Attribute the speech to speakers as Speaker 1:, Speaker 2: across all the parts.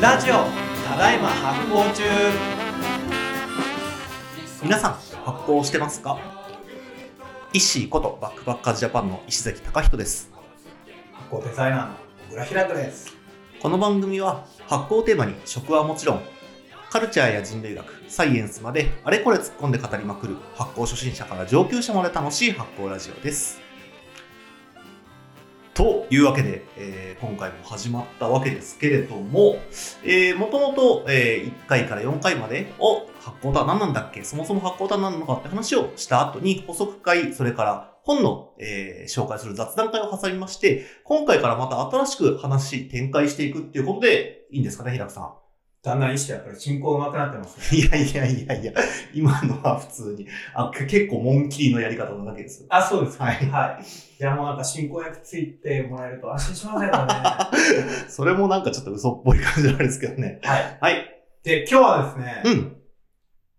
Speaker 1: ラジオただいま発行中皆さん発行してますかイッシーことバックバッカーズジャパンの石崎貴人です
Speaker 2: 発行デザイナーの小倉平斗です。
Speaker 1: この番組は発行をテーマに食はもちろんカルチャーや人類学サイエンスまであれこれ突っ込んで語りまくる発行初心者から上級者まで楽しい発行ラジオですというわけで、えー今回も始まったわけですけれども、えー、もともと、えー1回から4回までを発行とは何なんだっけそもそも発行とは何なのかって話をした後に補足会、それから本の、えー紹介する雑談会を挟みまして、今回からまた新しく話展開していくっていうことでいいんですかね、平久さん。
Speaker 2: だんだん意識やっぱり進行上手くなってますね。
Speaker 1: いやいやいやいや、今のは普通に、あけ結構モンキーのやり方なだけですよ。
Speaker 2: あ、そうです
Speaker 1: はい
Speaker 2: はい。いや、もうなんか進行役ついてもらえると安心しますよね。は
Speaker 1: それもなんかちょっと嘘っぽい感じなんですけどね。
Speaker 2: い。
Speaker 1: はい。
Speaker 2: で、今日はですね、
Speaker 1: うん。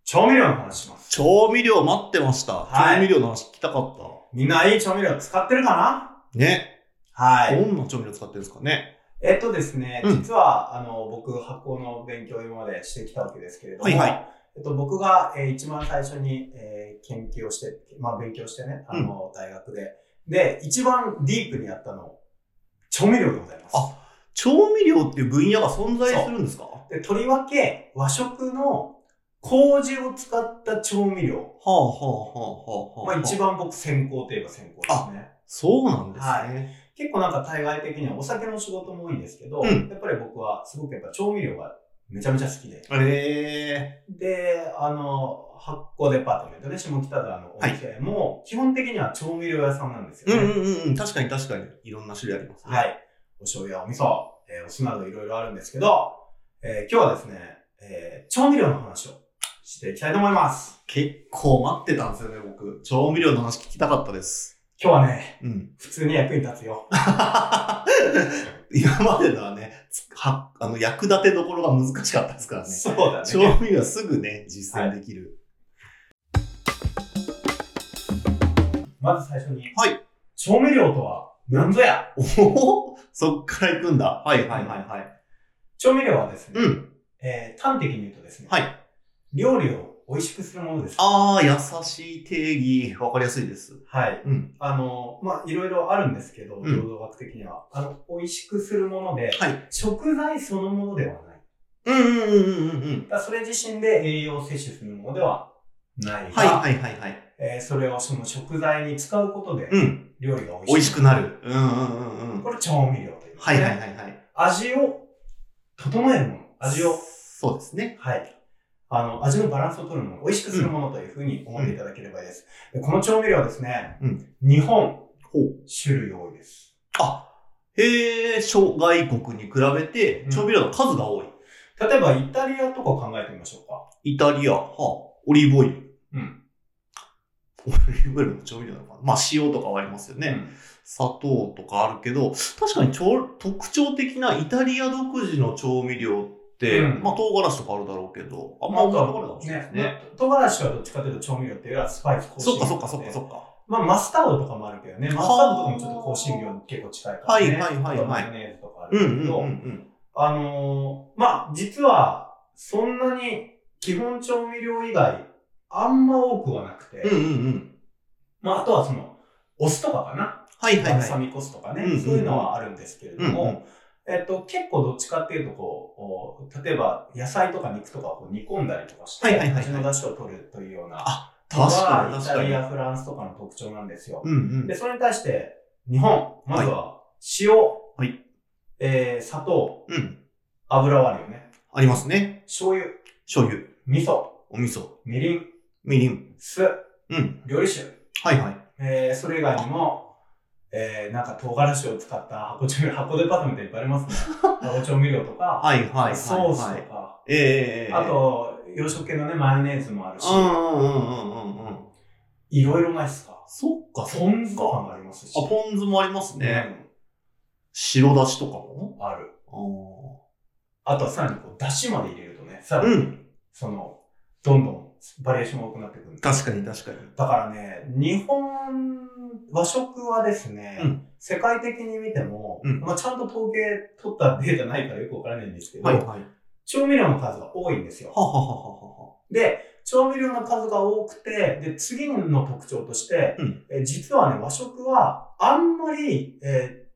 Speaker 2: 調味料の話します。
Speaker 1: 調味料待ってました。
Speaker 2: はい
Speaker 1: 調味料の話聞きたかっ
Speaker 2: みんないい調味料使ってるか
Speaker 1: た。ね。
Speaker 2: なはい。
Speaker 1: どんな調味料使ってるんですかね。
Speaker 2: えっとですね、
Speaker 1: うん
Speaker 2: 実は、あの、僕、発酵の勉強を今までしてきたわけですけれども、
Speaker 1: はいはい
Speaker 2: えっと、僕が、えー一番最初に、えー研究をして、まあ、勉強してね、あの、大学で。で、一番ディープにやったの、調味料でございます。
Speaker 1: あ調味料っていう分野が存在するんですかは
Speaker 2: で、とりわけ和食の麹を使った調味料。
Speaker 1: あはあはあはあは
Speaker 2: まあ一番僕先行といえば先行ですね。
Speaker 1: そうなんですね。
Speaker 2: 結構なんか対外的にはお酒の仕事も多いんですけど、
Speaker 1: うん
Speaker 2: やっぱり僕はすごくやっぱ調味料がめちゃめちゃ好きで。
Speaker 1: え
Speaker 2: で、あの、発酵デパートメントで下北沢のお店も、基本的には調味料屋さんなんです
Speaker 1: え
Speaker 2: よね。
Speaker 1: うんうんうん。確かに確かに。いろんな種類ありますね。
Speaker 2: は。い。お醤油やお味噌、えーお酢などいろいろあるんですけど、えー今日はですね、えー調味料の話をしていきたいと思います。
Speaker 1: 結構待ってたんですよね、僕。調味料の話聞きたかったです。
Speaker 2: 今日はね、
Speaker 1: うん。
Speaker 2: 普通に役に立つよ。
Speaker 1: 今までのはね、つはあの役立てどころが難しかったですからね。
Speaker 2: そうだ
Speaker 1: 調。味料はすぐね、実践できる。
Speaker 2: まず最初に。
Speaker 1: はい。
Speaker 2: 調味料とは何ぞや
Speaker 1: おおそっから行くんだ。はいはいはいはい。
Speaker 2: 調味料はですね、
Speaker 1: うん。
Speaker 2: えー端的に言うとですね、
Speaker 1: はい。
Speaker 2: 料理を美味しくするものです。
Speaker 1: あー、優しい定義。わかりやすいです。
Speaker 2: はい。
Speaker 1: うん。
Speaker 2: あの、まあ、いろいろあるんですけど、
Speaker 1: ん
Speaker 2: 浄土学的には。あの、美味しくするもので、
Speaker 1: はい。
Speaker 2: 食材そのものではない。
Speaker 1: うんうんうんうんうん
Speaker 2: だからそれ自身で栄養を摂取するものではない
Speaker 1: うん。
Speaker 2: が、
Speaker 1: はいはいはいはい。
Speaker 2: えーそれをその食材に使うことで、
Speaker 1: うん。
Speaker 2: 料理が美
Speaker 1: 美
Speaker 2: 味
Speaker 1: 味
Speaker 2: し
Speaker 1: し
Speaker 2: く
Speaker 1: くなる。うんうんうんうん。
Speaker 2: これ調味料という、
Speaker 1: はいはいはいはい。
Speaker 2: 味を整えるもの。味を。
Speaker 1: そうですね。
Speaker 2: はい。あの、味のバランスを取るもの、美味しくするものというふうに思っていただければいいです。でこの調味料はですね、
Speaker 1: うん
Speaker 2: 日本、
Speaker 1: ほう。
Speaker 2: 種類多いです。
Speaker 1: あ、へえ、諸外国に比べて調味料の数が多い。
Speaker 2: 例えば、イタリアとか考えてみましょうか。
Speaker 1: イタリア、はあ、オリーブオイル。
Speaker 2: うん。
Speaker 1: オリーブオイルの調味料なのかなまあ塩とかはありますよね。
Speaker 2: うん
Speaker 1: 砂糖とかあるけど、確かに調特徴的なイタリア独自の調味料って、
Speaker 2: うん
Speaker 1: まあ唐辛子とかあるだろうけど、あんま
Speaker 2: まあ、
Speaker 1: りかかるかもしれないで
Speaker 2: ね
Speaker 1: すね。
Speaker 2: ね、唐辛子はどっちかというと調味料っていうよりはスパイス香
Speaker 1: そっ
Speaker 2: 料
Speaker 1: かそっかそっかそ
Speaker 2: っか。
Speaker 1: っか。
Speaker 2: まあ、マスタードとかもあるけどね、マスタードとかもちょっと香辛料に結構近いから、ね。
Speaker 1: はいはいはいはい
Speaker 2: あとマヨネーズとかあ
Speaker 1: う
Speaker 2: る
Speaker 1: んうん
Speaker 2: けど、
Speaker 1: うんうん。
Speaker 2: あのーまあ、実は、そんなに基本調味料以外、あんま多くはなくて、
Speaker 1: うんうんうん。
Speaker 2: まあ、あとはその、お酢とかかな。
Speaker 1: はいはい
Speaker 2: バル
Speaker 1: は
Speaker 2: サ
Speaker 1: い。
Speaker 2: ミコ酢とかね、
Speaker 1: うんうん
Speaker 2: そういうのはあるんですけれども、
Speaker 1: うんうん
Speaker 2: えっと、結構どっちかっていうとこう、お例えば野菜とか肉とかをこう煮込んだりとかして、
Speaker 1: はいはいはいはい
Speaker 2: 味の出汁を取るというような
Speaker 1: あ確
Speaker 2: の
Speaker 1: かに
Speaker 2: がイ
Speaker 1: 確
Speaker 2: タ
Speaker 1: か
Speaker 2: リ
Speaker 1: に。
Speaker 2: ア、フランスとかの特徴なんですよ。
Speaker 1: うんうん
Speaker 2: で、。それに対して、日本、まずは塩、
Speaker 1: はい
Speaker 2: えー砂糖、
Speaker 1: うん。
Speaker 2: 油はあるよね。
Speaker 1: ありますね。
Speaker 2: 醤油、
Speaker 1: 醤油、
Speaker 2: 味噌、
Speaker 1: お味噌、
Speaker 2: みりん、
Speaker 1: みりん。
Speaker 2: 酢、
Speaker 1: うん。
Speaker 2: 料理酒。
Speaker 1: はいはい。
Speaker 2: えー、それ以外にも、えー、なんか唐辛子を使った箱調味料、箱デパートメントいっぱいあります ね。箱調味料とか、
Speaker 1: はいはいはいはい。
Speaker 2: ソースとか、
Speaker 1: ええ
Speaker 2: あ、と、洋食系のね、マヨネーズもあるし、
Speaker 1: うんうんうんうんうんうん。
Speaker 2: いろいろないっすか。
Speaker 1: そっか、そっか。
Speaker 2: ポン酢とかもありますし。
Speaker 1: あ、ポン酢もありますね。
Speaker 2: ね
Speaker 1: 白だしとかも
Speaker 2: ある。
Speaker 1: あ
Speaker 2: あとはさらにこう、だしまで入れるとね、さ
Speaker 1: あ。
Speaker 2: ら
Speaker 1: う
Speaker 2: に、
Speaker 1: ん。
Speaker 2: その、どんどんバリエーションが多くなってくるんです
Speaker 1: 確かに確かに。
Speaker 2: だからね、日本、和食はですね、
Speaker 1: うん
Speaker 2: 世界的に見ても、
Speaker 1: うん
Speaker 2: まあ、ちゃんと統計取ったデータないからよくわからないんですけど、
Speaker 1: はいはい。
Speaker 2: 調味料の数が多いんですよ。
Speaker 1: ははははは。
Speaker 2: で、調味料の数が多くて、で、次の特徴として、
Speaker 1: うん
Speaker 2: え実はね、和食はあんまり、えー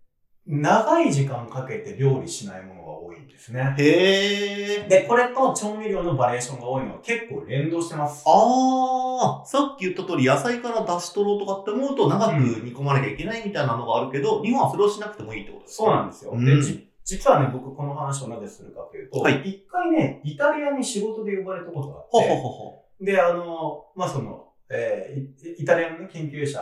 Speaker 2: 長い時間かけて料理しないものが多いんですね。
Speaker 1: へえ。
Speaker 2: で、これと調味料のバリエーションが多いのは結構連動してます。
Speaker 1: あー、さっき言った通り野菜から出し取ろうとかって思うと長く煮込まなきゃいけないみたいなのがあるけど、日本はそれをしなくてもいいってことです
Speaker 2: そう
Speaker 1: ね
Speaker 2: なんですよ。
Speaker 1: うん
Speaker 2: でじ実はね、僕この話をなぜするかというと、一、
Speaker 1: はい
Speaker 2: 回ね、イタリアに仕事で呼ばれたことがあ
Speaker 1: は
Speaker 2: って、
Speaker 1: ははは。
Speaker 2: で、あの、まあ、その、えーイイタリアのね研究者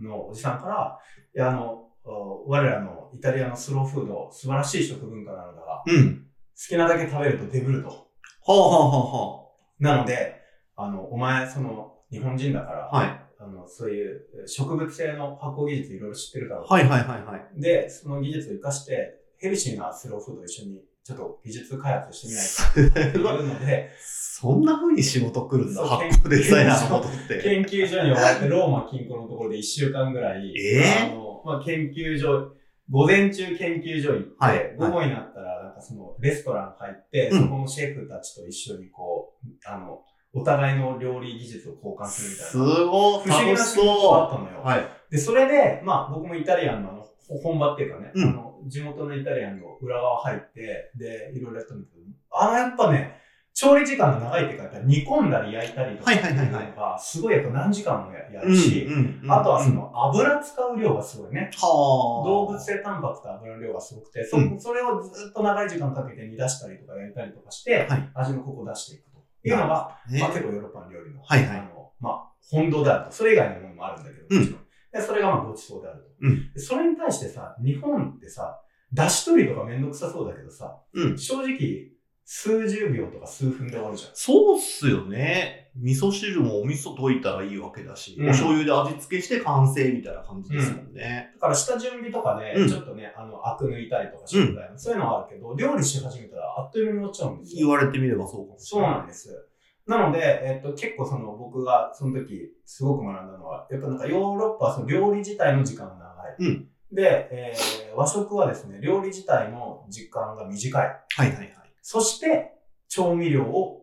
Speaker 2: のおじさんから、いや、あの、お我らのイタリアのスローフード、素晴らしい食文化なのだが、好
Speaker 1: うん。
Speaker 2: きなだけ食べるとデブると。
Speaker 1: ははは
Speaker 2: なので、あの、お前、その、日本人だから、
Speaker 1: はは。はい。
Speaker 2: あの、そういうえー植物性の発酵技術いろいろ知ってるから、
Speaker 1: はいはいはいはい。
Speaker 2: で、その技術を生かして、ヘルシーなスローフードを一緒に、ちょっと技術開発してみないか って
Speaker 1: すごい
Speaker 2: いうので、
Speaker 1: そんな風に仕事来るんだ、
Speaker 2: そう
Speaker 1: 発酵デザイナーのことって。
Speaker 2: 研究所に追われて、ローマ近郊のところで1週間ぐらい、
Speaker 1: えー
Speaker 2: あの、まあ、研究所、午前中研究所行って、
Speaker 1: はい
Speaker 2: 午後になったら、なんかその、レストラン入って、
Speaker 1: うん
Speaker 2: そこのシェフたちと一緒にこう、あの、お互いの料理技術を交換するみたいな。
Speaker 1: すごい、
Speaker 2: 不思議
Speaker 1: 楽
Speaker 2: な
Speaker 1: し
Speaker 2: 仕事があっ
Speaker 1: そ
Speaker 2: たのよ
Speaker 1: う。。はい。
Speaker 2: で、それで、まあ僕もイタリアンのあのほ本場っていうかね、
Speaker 1: うん
Speaker 2: あの地元のイタリアンの裏側入って、で、いろいろやったんだけど、あのやっぱね、調理時間が長いって書いてある煮込んだり焼いたりとか
Speaker 1: は
Speaker 2: っ
Speaker 1: い
Speaker 2: て
Speaker 1: はいいは
Speaker 2: う
Speaker 1: いはい
Speaker 2: のが、すごいやっぱ何時間もやや
Speaker 1: うん
Speaker 2: るし、
Speaker 1: うんうん
Speaker 2: あとはその油使う量がすごいね。
Speaker 1: はあ。
Speaker 2: 動物性タンパクと油の量がすごくて、そ
Speaker 1: うん
Speaker 2: それをずっと長い時間かけて煮出したりとか焼いたりとかして、
Speaker 1: はい
Speaker 2: 味のコクを出していくというのが、
Speaker 1: ね
Speaker 2: まあ、結構ヨーロッパの料理の、
Speaker 1: はいはい
Speaker 2: あのまあ、本堂であると。それ以外のものもあるんだけど、
Speaker 1: うん
Speaker 2: もちろんでそれがまあごちそうであると、
Speaker 1: うん
Speaker 2: でそれに対してさ、日本ってさ、出し取りとかめんどくさそうだけどさ、
Speaker 1: うん。
Speaker 2: 正直、数十秒とか数分で終わるじゃん。
Speaker 1: そうっすよね。味噌汁もお味噌溶いたらいいわけだし、
Speaker 2: うん
Speaker 1: お醤油で味付けして完成みたいな感じですもんね。
Speaker 2: だから下準備とかで、
Speaker 1: うん
Speaker 2: ちょっとね、あの、アク抜いたりとかしてみたいな、そういうのはあるけど、料理し始めたらあっという間に終わっちゃうんですよ。
Speaker 1: 言われてみればそうかもし
Speaker 2: そ
Speaker 1: れ
Speaker 2: う
Speaker 1: ない。
Speaker 2: なんです。なので、えっと、結構その僕がその時すごく学んだのは、やっぱなんかヨーロッパはその料理自体の時間が長い。
Speaker 1: うん
Speaker 2: で、えー和食はですね、料理自体の時間が短い。
Speaker 1: はいはいはい。
Speaker 2: そして、調味料を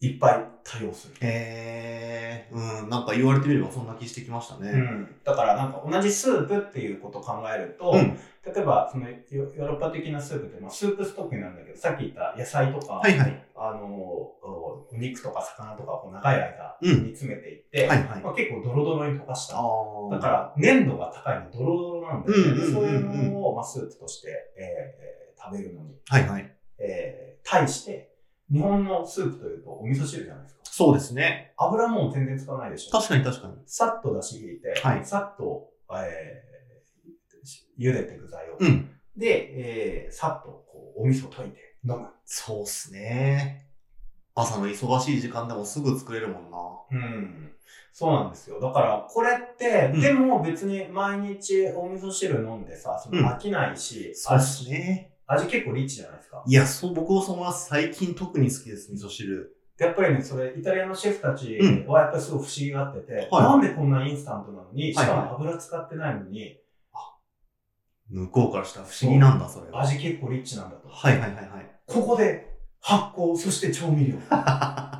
Speaker 2: いっぱい多用する。
Speaker 1: えー、うん、なんか言われてみればそんな気してきました
Speaker 2: う
Speaker 1: ね。
Speaker 2: ん、だからなんか同じスープっていうことを考えると、
Speaker 1: うん
Speaker 2: 例えばそのヨヨーロッパ的なスープって、まあ、スープストックになるんだけどさっき言った野菜とか、
Speaker 1: はいはい。
Speaker 2: あのおお肉とか魚とかをこう長い間
Speaker 1: うん
Speaker 2: 煮詰めていって、
Speaker 1: はいはい
Speaker 2: まあ、結構ドロドロに溶かし
Speaker 1: あ
Speaker 2: た。
Speaker 1: ー
Speaker 2: だから粘度が高いのでドロドロなんだよね。
Speaker 1: うんうんうんうん
Speaker 2: そういうものを、まあ、スープとして、えーえー食べるのに、
Speaker 1: はいはい。
Speaker 2: えー対して日本のスープというとお味噌汁じゃないですか。
Speaker 1: そうですね。
Speaker 2: 油もう全然使わないでしょ。
Speaker 1: 確かに確かに。
Speaker 2: さっと出し切って、
Speaker 1: はい
Speaker 2: さっと、えー、茹でて具材を。
Speaker 1: うん
Speaker 2: で、えーさっとこうお味噌溶いて飲む。
Speaker 1: そうっすね。朝の忙しい時間でもすぐ作れるもんな。
Speaker 2: うん。そうなんですよ。だから、これって、
Speaker 1: うん
Speaker 2: でも別に毎日お味噌汁飲んでさ、その
Speaker 1: うん
Speaker 2: 飽きないし、
Speaker 1: そうっすね。
Speaker 2: 味味結構リッチじゃないですか。
Speaker 1: いや、そう、僕もその最近特に好きです、味噌汁。
Speaker 2: でやっぱりね、それ、イタリアのシェフたち
Speaker 1: うん
Speaker 2: はやっぱりすごい不思議があってて、
Speaker 1: はい
Speaker 2: なんでこんなインスタントなのに、し
Speaker 1: はい
Speaker 2: かも油使ってないのに、
Speaker 1: 向こうからしたら不思議なんだ、それは。
Speaker 2: 味結構リッチなんだと。
Speaker 1: はいはいはいはい。
Speaker 2: ここで発酵、そして調味料。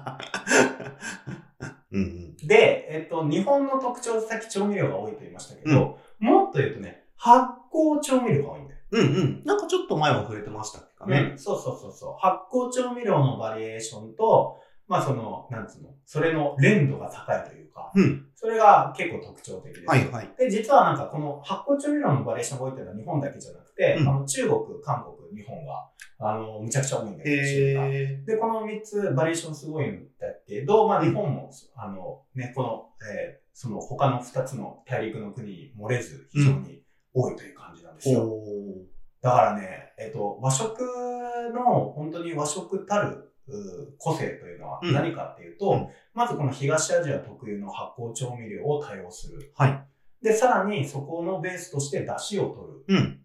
Speaker 1: うんうん。
Speaker 2: で、えっと、日本の特徴、さっき調味料が多いと言いましたけど、もっと言うとね、発酵調味料が多いんだよ。
Speaker 1: うんうん。なんかちょっと前は触れてましたっけかね。
Speaker 2: ね、そうそうそうそう。発酵調味料のバリエーションと、まあその、なんつうの、それの粘度が高いというか、
Speaker 1: うん
Speaker 2: それが結構特徴的です。
Speaker 1: はいはい。
Speaker 2: で、実はなんかこの発酵調味料のバリエーションが多いというのは日本だけじゃなくて、
Speaker 1: うん
Speaker 2: あの中国、韓国、日本が、あの、むちゃくちゃ多いんだけど、種類が
Speaker 1: え
Speaker 2: で、この3つバリエーションすごいんだけど、まあ日本も、あの、ね、この、えーその他の2つの大陸の国に漏れず非常に多いという感じなんです
Speaker 1: ー。
Speaker 2: よ。
Speaker 1: お
Speaker 2: だからね、えっと、和食の、本当に和食たるう個性というのは
Speaker 1: うん
Speaker 2: 何かっていうと、
Speaker 1: うん
Speaker 2: まずこの東アジア特有の発酵調味料を多用する。
Speaker 1: はい
Speaker 2: で、さらにそこのベースとして出汁を取る。
Speaker 1: うん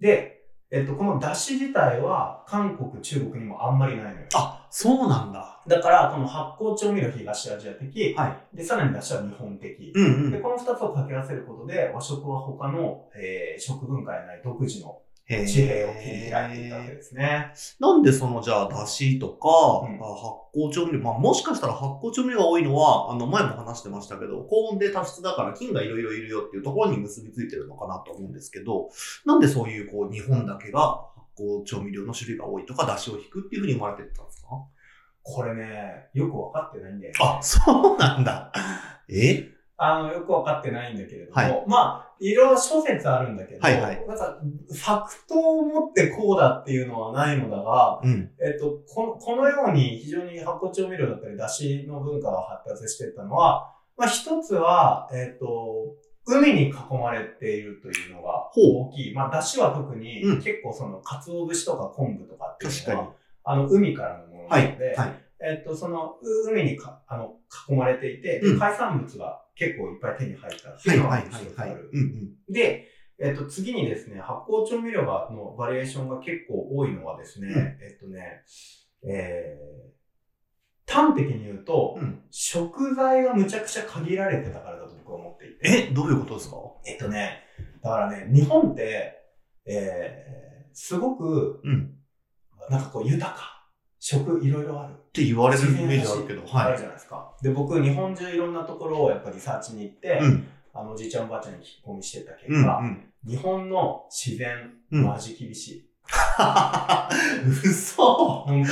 Speaker 2: で、えっと、この出汁自体は韓国、中国にもあんまりないのよ。
Speaker 1: あ、そうなんだ。
Speaker 2: だから、この発酵調味料東アジア的、
Speaker 1: はい。
Speaker 2: で、さらに出汁は日本的。
Speaker 1: うんう
Speaker 2: で、
Speaker 1: ん。
Speaker 2: この二つを掛け合わせることで、和食は他の、えー食文化やない独自の
Speaker 1: へー
Speaker 2: 地平を切り開いていったわけですね。
Speaker 1: なんでその、じゃあ、だしとか、
Speaker 2: うん
Speaker 1: あ発酵調味料、まあ、もしかしたら発酵調味料が多いのは、あの、前も話してましたけど、高温で多湿だから菌がいろいろいるよっていうところに結びついてるのかなと思うんですけど、なんでそういう、こう、日本だけが発酵調味料の種類が多いとか、だしを引くっていうふうに生まれてったんですか
Speaker 2: これね、よくわかってないんだよね。
Speaker 1: あ、そうなんだ。え
Speaker 2: あの、よくわかってないんだけれども、
Speaker 1: はい
Speaker 2: まあ、いろいろ諸説あるんだけど、
Speaker 1: はいはい
Speaker 2: なんか、ファクトを持ってこうだっていうのはないのだが、
Speaker 1: うん。
Speaker 2: えっと、このこのように非常に発酵調味料だったり、だしの文化が発達していったのは、まあ、一つは、えっと、海に囲まれているというのが
Speaker 1: ほう
Speaker 2: 大きい。まあ、だしは特に、
Speaker 1: うん
Speaker 2: 結構その、鰹節とか昆布とかっていう
Speaker 1: 確
Speaker 2: のは、
Speaker 1: か
Speaker 2: あの、海からのもの
Speaker 1: に。
Speaker 2: な
Speaker 1: は
Speaker 2: の
Speaker 1: い
Speaker 2: で、。
Speaker 1: はい。
Speaker 2: えっと、その、う海にかあの囲まれていて、で
Speaker 1: うん
Speaker 2: 海産物が結構いっぱい手に入ったって
Speaker 1: はいい。
Speaker 2: うの
Speaker 1: は
Speaker 2: が
Speaker 1: い。
Speaker 2: 一つ
Speaker 1: は
Speaker 2: あ
Speaker 1: い。はい
Speaker 2: る。
Speaker 1: うんうん。
Speaker 2: で、えっと、次にですね、発酵調味料がのバリエーションが結構多いのはですね、
Speaker 1: うん
Speaker 2: えっとね、えー、端的に言うと、
Speaker 1: うん
Speaker 2: 食材がむちゃくちゃ限られてたからだと僕は思っていて。
Speaker 1: え、どういうことですか
Speaker 2: えっとね、だからね、日本って、えー、すごく、
Speaker 1: うん
Speaker 2: なんかこう豊か。食いろいろある。
Speaker 1: って言われるイメージあるけど、
Speaker 2: あ
Speaker 1: は
Speaker 2: るじゃないですか。で、僕、日本中いろんなところをやっぱリサーチに行って、
Speaker 1: い。うん。
Speaker 2: あの、おじいちゃんおばあちゃんに聞き込みしてた結
Speaker 1: うん。う
Speaker 2: 果、
Speaker 1: ん。
Speaker 2: 日本の自然、
Speaker 1: うん
Speaker 2: マジ厳しい。
Speaker 1: 嘘
Speaker 2: 本当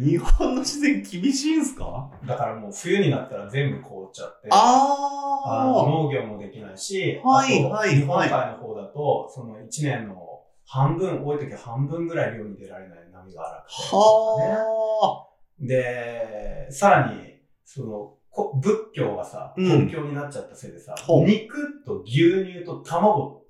Speaker 1: 日本の自然厳しいんすか
Speaker 2: に。だからもう冬になったら全部凍っちゃって、あの
Speaker 1: あ
Speaker 2: 農業もできないし、
Speaker 1: はい
Speaker 2: あと
Speaker 1: はい
Speaker 2: 日本海の方だと、その1年の半分、多い時は半分ぐらい漁に出られない波が荒くてとかね。
Speaker 1: は
Speaker 2: で、さらに、その、こ仏教がさ、
Speaker 1: うん
Speaker 2: 国教になっちゃったせいでさ、
Speaker 1: ほう
Speaker 2: 肉と牛乳と卵、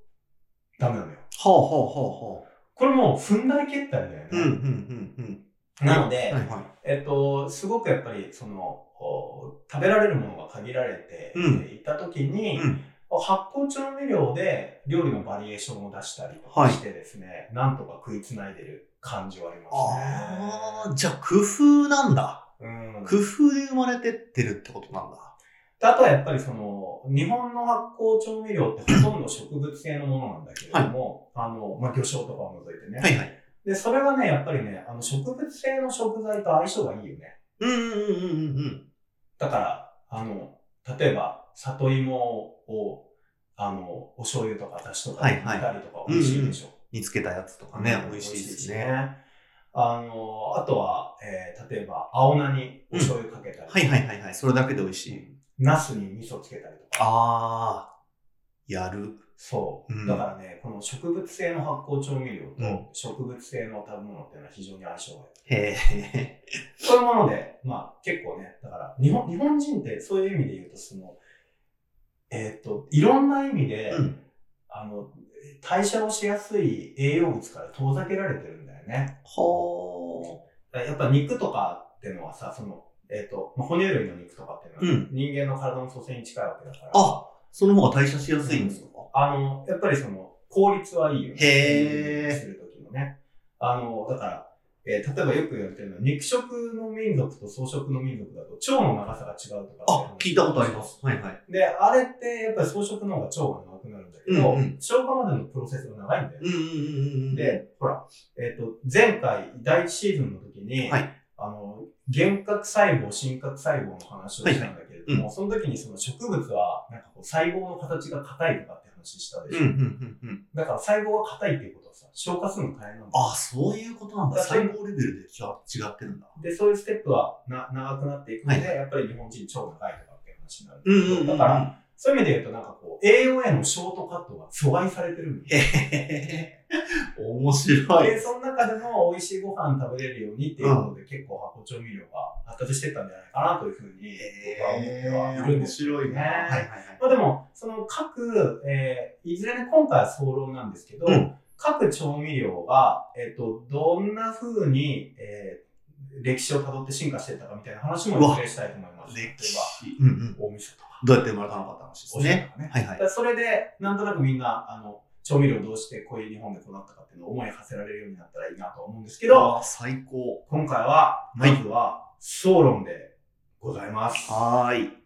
Speaker 2: ダメなのよ。
Speaker 1: あ。はあはあはあはあ。
Speaker 2: これもう踏んだり蹴ったりだよね。
Speaker 1: うんうんうん
Speaker 2: なので、
Speaker 1: うん。はいはい。
Speaker 2: えっと、すごくやっぱり、その、お食べられるものが限られて
Speaker 1: うん
Speaker 2: いた時に、
Speaker 1: うん
Speaker 2: 発酵調味料で料理のバリエーションを出したりと
Speaker 1: は
Speaker 2: か
Speaker 1: い
Speaker 2: してですね、なんとか食いつないでる感じはありま
Speaker 1: あ
Speaker 2: す
Speaker 1: あ、
Speaker 2: ね。
Speaker 1: じゃあ工夫なんだ。
Speaker 2: うん
Speaker 1: 工夫で生まれてってるってことなんだ。
Speaker 2: あとはやっぱりその、日本の発酵調味料ってほとんど植物性のものなんだけれども、あの、まあ、魚醤とかを除いてね。
Speaker 1: はいはい。
Speaker 2: で、それがね、やっぱりね、あの、植物性の食材と相性がいいよね。
Speaker 1: うんうんうんうんうん。
Speaker 2: だから、あの、例えば、里芋を、あの、お醤油とか出汁とか
Speaker 1: は
Speaker 2: に
Speaker 1: い
Speaker 2: 煮
Speaker 1: はい
Speaker 2: たりとか美味しいでしょ。
Speaker 1: 煮つけたやつとかね、
Speaker 2: うん
Speaker 1: 美味しいです。
Speaker 2: 美
Speaker 1: ね。
Speaker 2: 味しあの、あとは、えー例えば、青菜にお醤油かけたり、
Speaker 1: はいはいはいはい。それだけで美味しい。
Speaker 2: ナスに味噌つけたりとか。
Speaker 1: ああ、やる。
Speaker 2: そう、
Speaker 1: うん
Speaker 2: だからね、この植物性の発酵調味料
Speaker 1: うん
Speaker 2: と植物性の食べ物っていうのは非常に相性がいい。
Speaker 1: へえ。
Speaker 2: そういうもので、まあ結構ね、だから日本日本人ってそういう意味で言うと、その、えーっ、と、いろんな意味で、
Speaker 1: うん。
Speaker 2: あの、代謝をしやすい栄養物から遠ざけられてるんだよね。
Speaker 1: は
Speaker 2: だからやっぱ肉とかってのはさ、その、えーっ、と、まあ、哺乳類の肉とかっていうのは、
Speaker 1: うん
Speaker 2: 人間の体の組成に近いわけだから、
Speaker 1: あ。あ、その方が代謝しやすいんですか
Speaker 2: あの、やっぱりその、効率はいいよね。
Speaker 1: へー
Speaker 2: する時のね。あの、だから、えー例えばよく言われてるのは、肉食の民族と草食の民族だと、腸の長さが違うとか
Speaker 1: あ、
Speaker 2: って
Speaker 1: 聞
Speaker 2: いう話
Speaker 1: いたことあります。はいはい。
Speaker 2: で、あれって、やっぱり草食の方が腸が長くなるんだけど、
Speaker 1: うんうん
Speaker 2: 消化までのプロセスが長いんだよね。
Speaker 1: うんうんうんうん。、
Speaker 2: で、ほら、えっ、と、前回、第1シーズンの時に、
Speaker 1: はい
Speaker 2: あの、幻覚細胞、真覚細胞の話をしたんだけれども、
Speaker 1: はいは
Speaker 2: その時にその植物は、なんかこう、細胞の形が硬いとかって話したで
Speaker 1: う
Speaker 2: しょ。
Speaker 1: んうんうんうん。
Speaker 2: だから細胞が硬いっていうことはさ、消化するの大変なんだよ。
Speaker 1: あ、そういうことなんだ。
Speaker 2: だって
Speaker 1: 細胞レベルで違違ってるんだ。
Speaker 2: で、そういうステップはな長くなっていくので、
Speaker 1: は
Speaker 2: やっぱり日本人超長いとかっていう話になる
Speaker 1: うん
Speaker 2: だけど、だから、そういう意味で言うとなんかこう、栄養へのショートカットが阻害されてるんだよ
Speaker 1: へへへ。 面白い。
Speaker 2: で、その中でも美味しいご飯食べれるようにっていうことで、結構発酵調味料が発達してったんじゃないかなというふうに僕は思ってはいるん
Speaker 1: 面
Speaker 2: です。
Speaker 1: 白いね。
Speaker 2: ね
Speaker 1: はいはいはい。
Speaker 2: まあでも、その各、えーいずれね、今回は総論なんですけど、
Speaker 1: うん
Speaker 2: 各調味料が、えっ、と、どんな風に、えー歴史をたどって進化していったかみたいな話も
Speaker 1: うわ
Speaker 2: お伝えしたいと思います。
Speaker 1: 歴
Speaker 2: 例え
Speaker 1: 史
Speaker 2: ば、。
Speaker 1: うんうん。
Speaker 2: 大味噌とか、
Speaker 1: どうやって生まれたのかって話です
Speaker 2: お塩
Speaker 1: ね。
Speaker 2: とかね。
Speaker 1: はいはい。
Speaker 2: だからそれで、なんとなくみんな、あの、調味料どうしてこういう日本でこうなったかっていうのを思い馳せられるようになったらいいなと思うんですけど、
Speaker 1: あー最高。
Speaker 2: 今回は、ま
Speaker 1: はい
Speaker 2: ずは、総論でございます。
Speaker 1: はーい。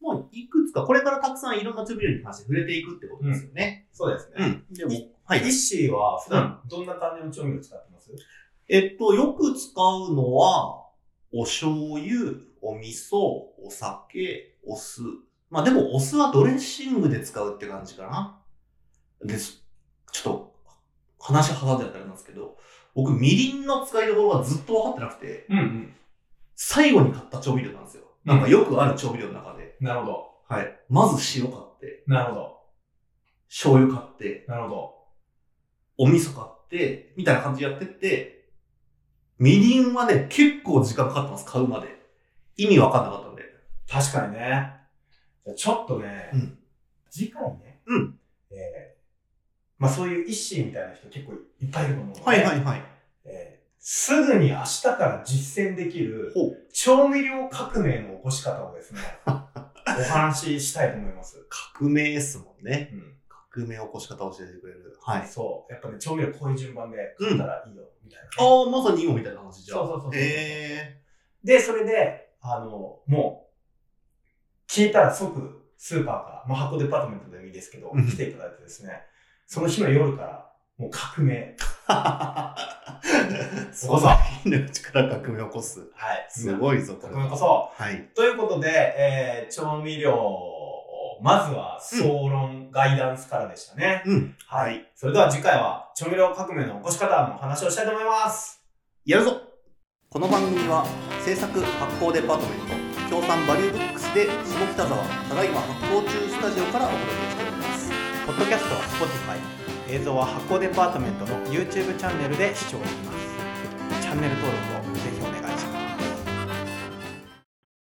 Speaker 1: もういくつか、これからたくさんいろんな調味料に関して触れていくってことですよね。
Speaker 2: そうですね。
Speaker 1: ん。でも
Speaker 2: い
Speaker 1: はい
Speaker 2: イッ。シーは普段どんな感じの調味料使ってます
Speaker 1: えっと、よく使うのは、お醤油、お味噌、お酒、お酢。まあでも、お酢はドレッシングで使うって感じかな。です。ちょっと、話挟んじゃったらなんですけど、僕、みりんの使いどころがずっと分かってなくて、
Speaker 2: うんうん。
Speaker 1: 最後に買った調味料なんですよ。なんかよくある調味料の中で。
Speaker 2: なるほど。
Speaker 1: はい。まず塩買って、
Speaker 2: なるほど。
Speaker 1: 醤油買って、
Speaker 2: なるほど。
Speaker 1: お味噌買って、みたいな感じでやってって、みりんはね、結構時間かかってます、買うまで。意味わかんなかったんで。
Speaker 2: 確かにね。じゃあちょっとね、
Speaker 1: うん
Speaker 2: 次回ね、
Speaker 1: うん
Speaker 2: えーまあそういう一心みたいな人結構いっぱいいると思うので、
Speaker 1: いはい。
Speaker 2: えーすぐに明日から実践できる
Speaker 1: ほう。
Speaker 2: 調味料革命の起こし方をです ね、お話ししたいと思います。
Speaker 1: 革命ですもんね。
Speaker 2: うん
Speaker 1: 革命起こし方を教えてくれる。はい。あ
Speaker 2: そう。やっぱね、調味料こういう順番で買ったらいいよ、みたいなね、
Speaker 1: あ、まさに今みたいな話じゃん。
Speaker 2: そうそうそうそう
Speaker 1: へ
Speaker 2: で、それで、あの、もう、聞いたら即スーパーから、まあ、箱デパートメントでもいいですけど
Speaker 1: う、ん
Speaker 2: 来ていただいてですね、その日の夜から、もう革命。
Speaker 1: え。
Speaker 2: こ そ
Speaker 1: みんな口から革命起こす。
Speaker 2: はい。
Speaker 1: すごいぞ、これ
Speaker 2: 革命こ
Speaker 1: は。
Speaker 2: そ。
Speaker 1: はい。
Speaker 2: ということで、えー調味料を、まずは、総論、ガイダンスからでしたね。
Speaker 1: うん。
Speaker 2: は
Speaker 1: はい
Speaker 2: い。それでは次回は、調味料革命の起こし方のお話をしたいと思います。
Speaker 1: やるぞこの番組は制作発行デパートメント協賛バリューブックスで下北沢ただいま発行中スタジオからお届けしております
Speaker 3: ポッドキャストは Spotify 映像は発行デパートメントの YouTube チャンネルで視聴できますチャンネル登録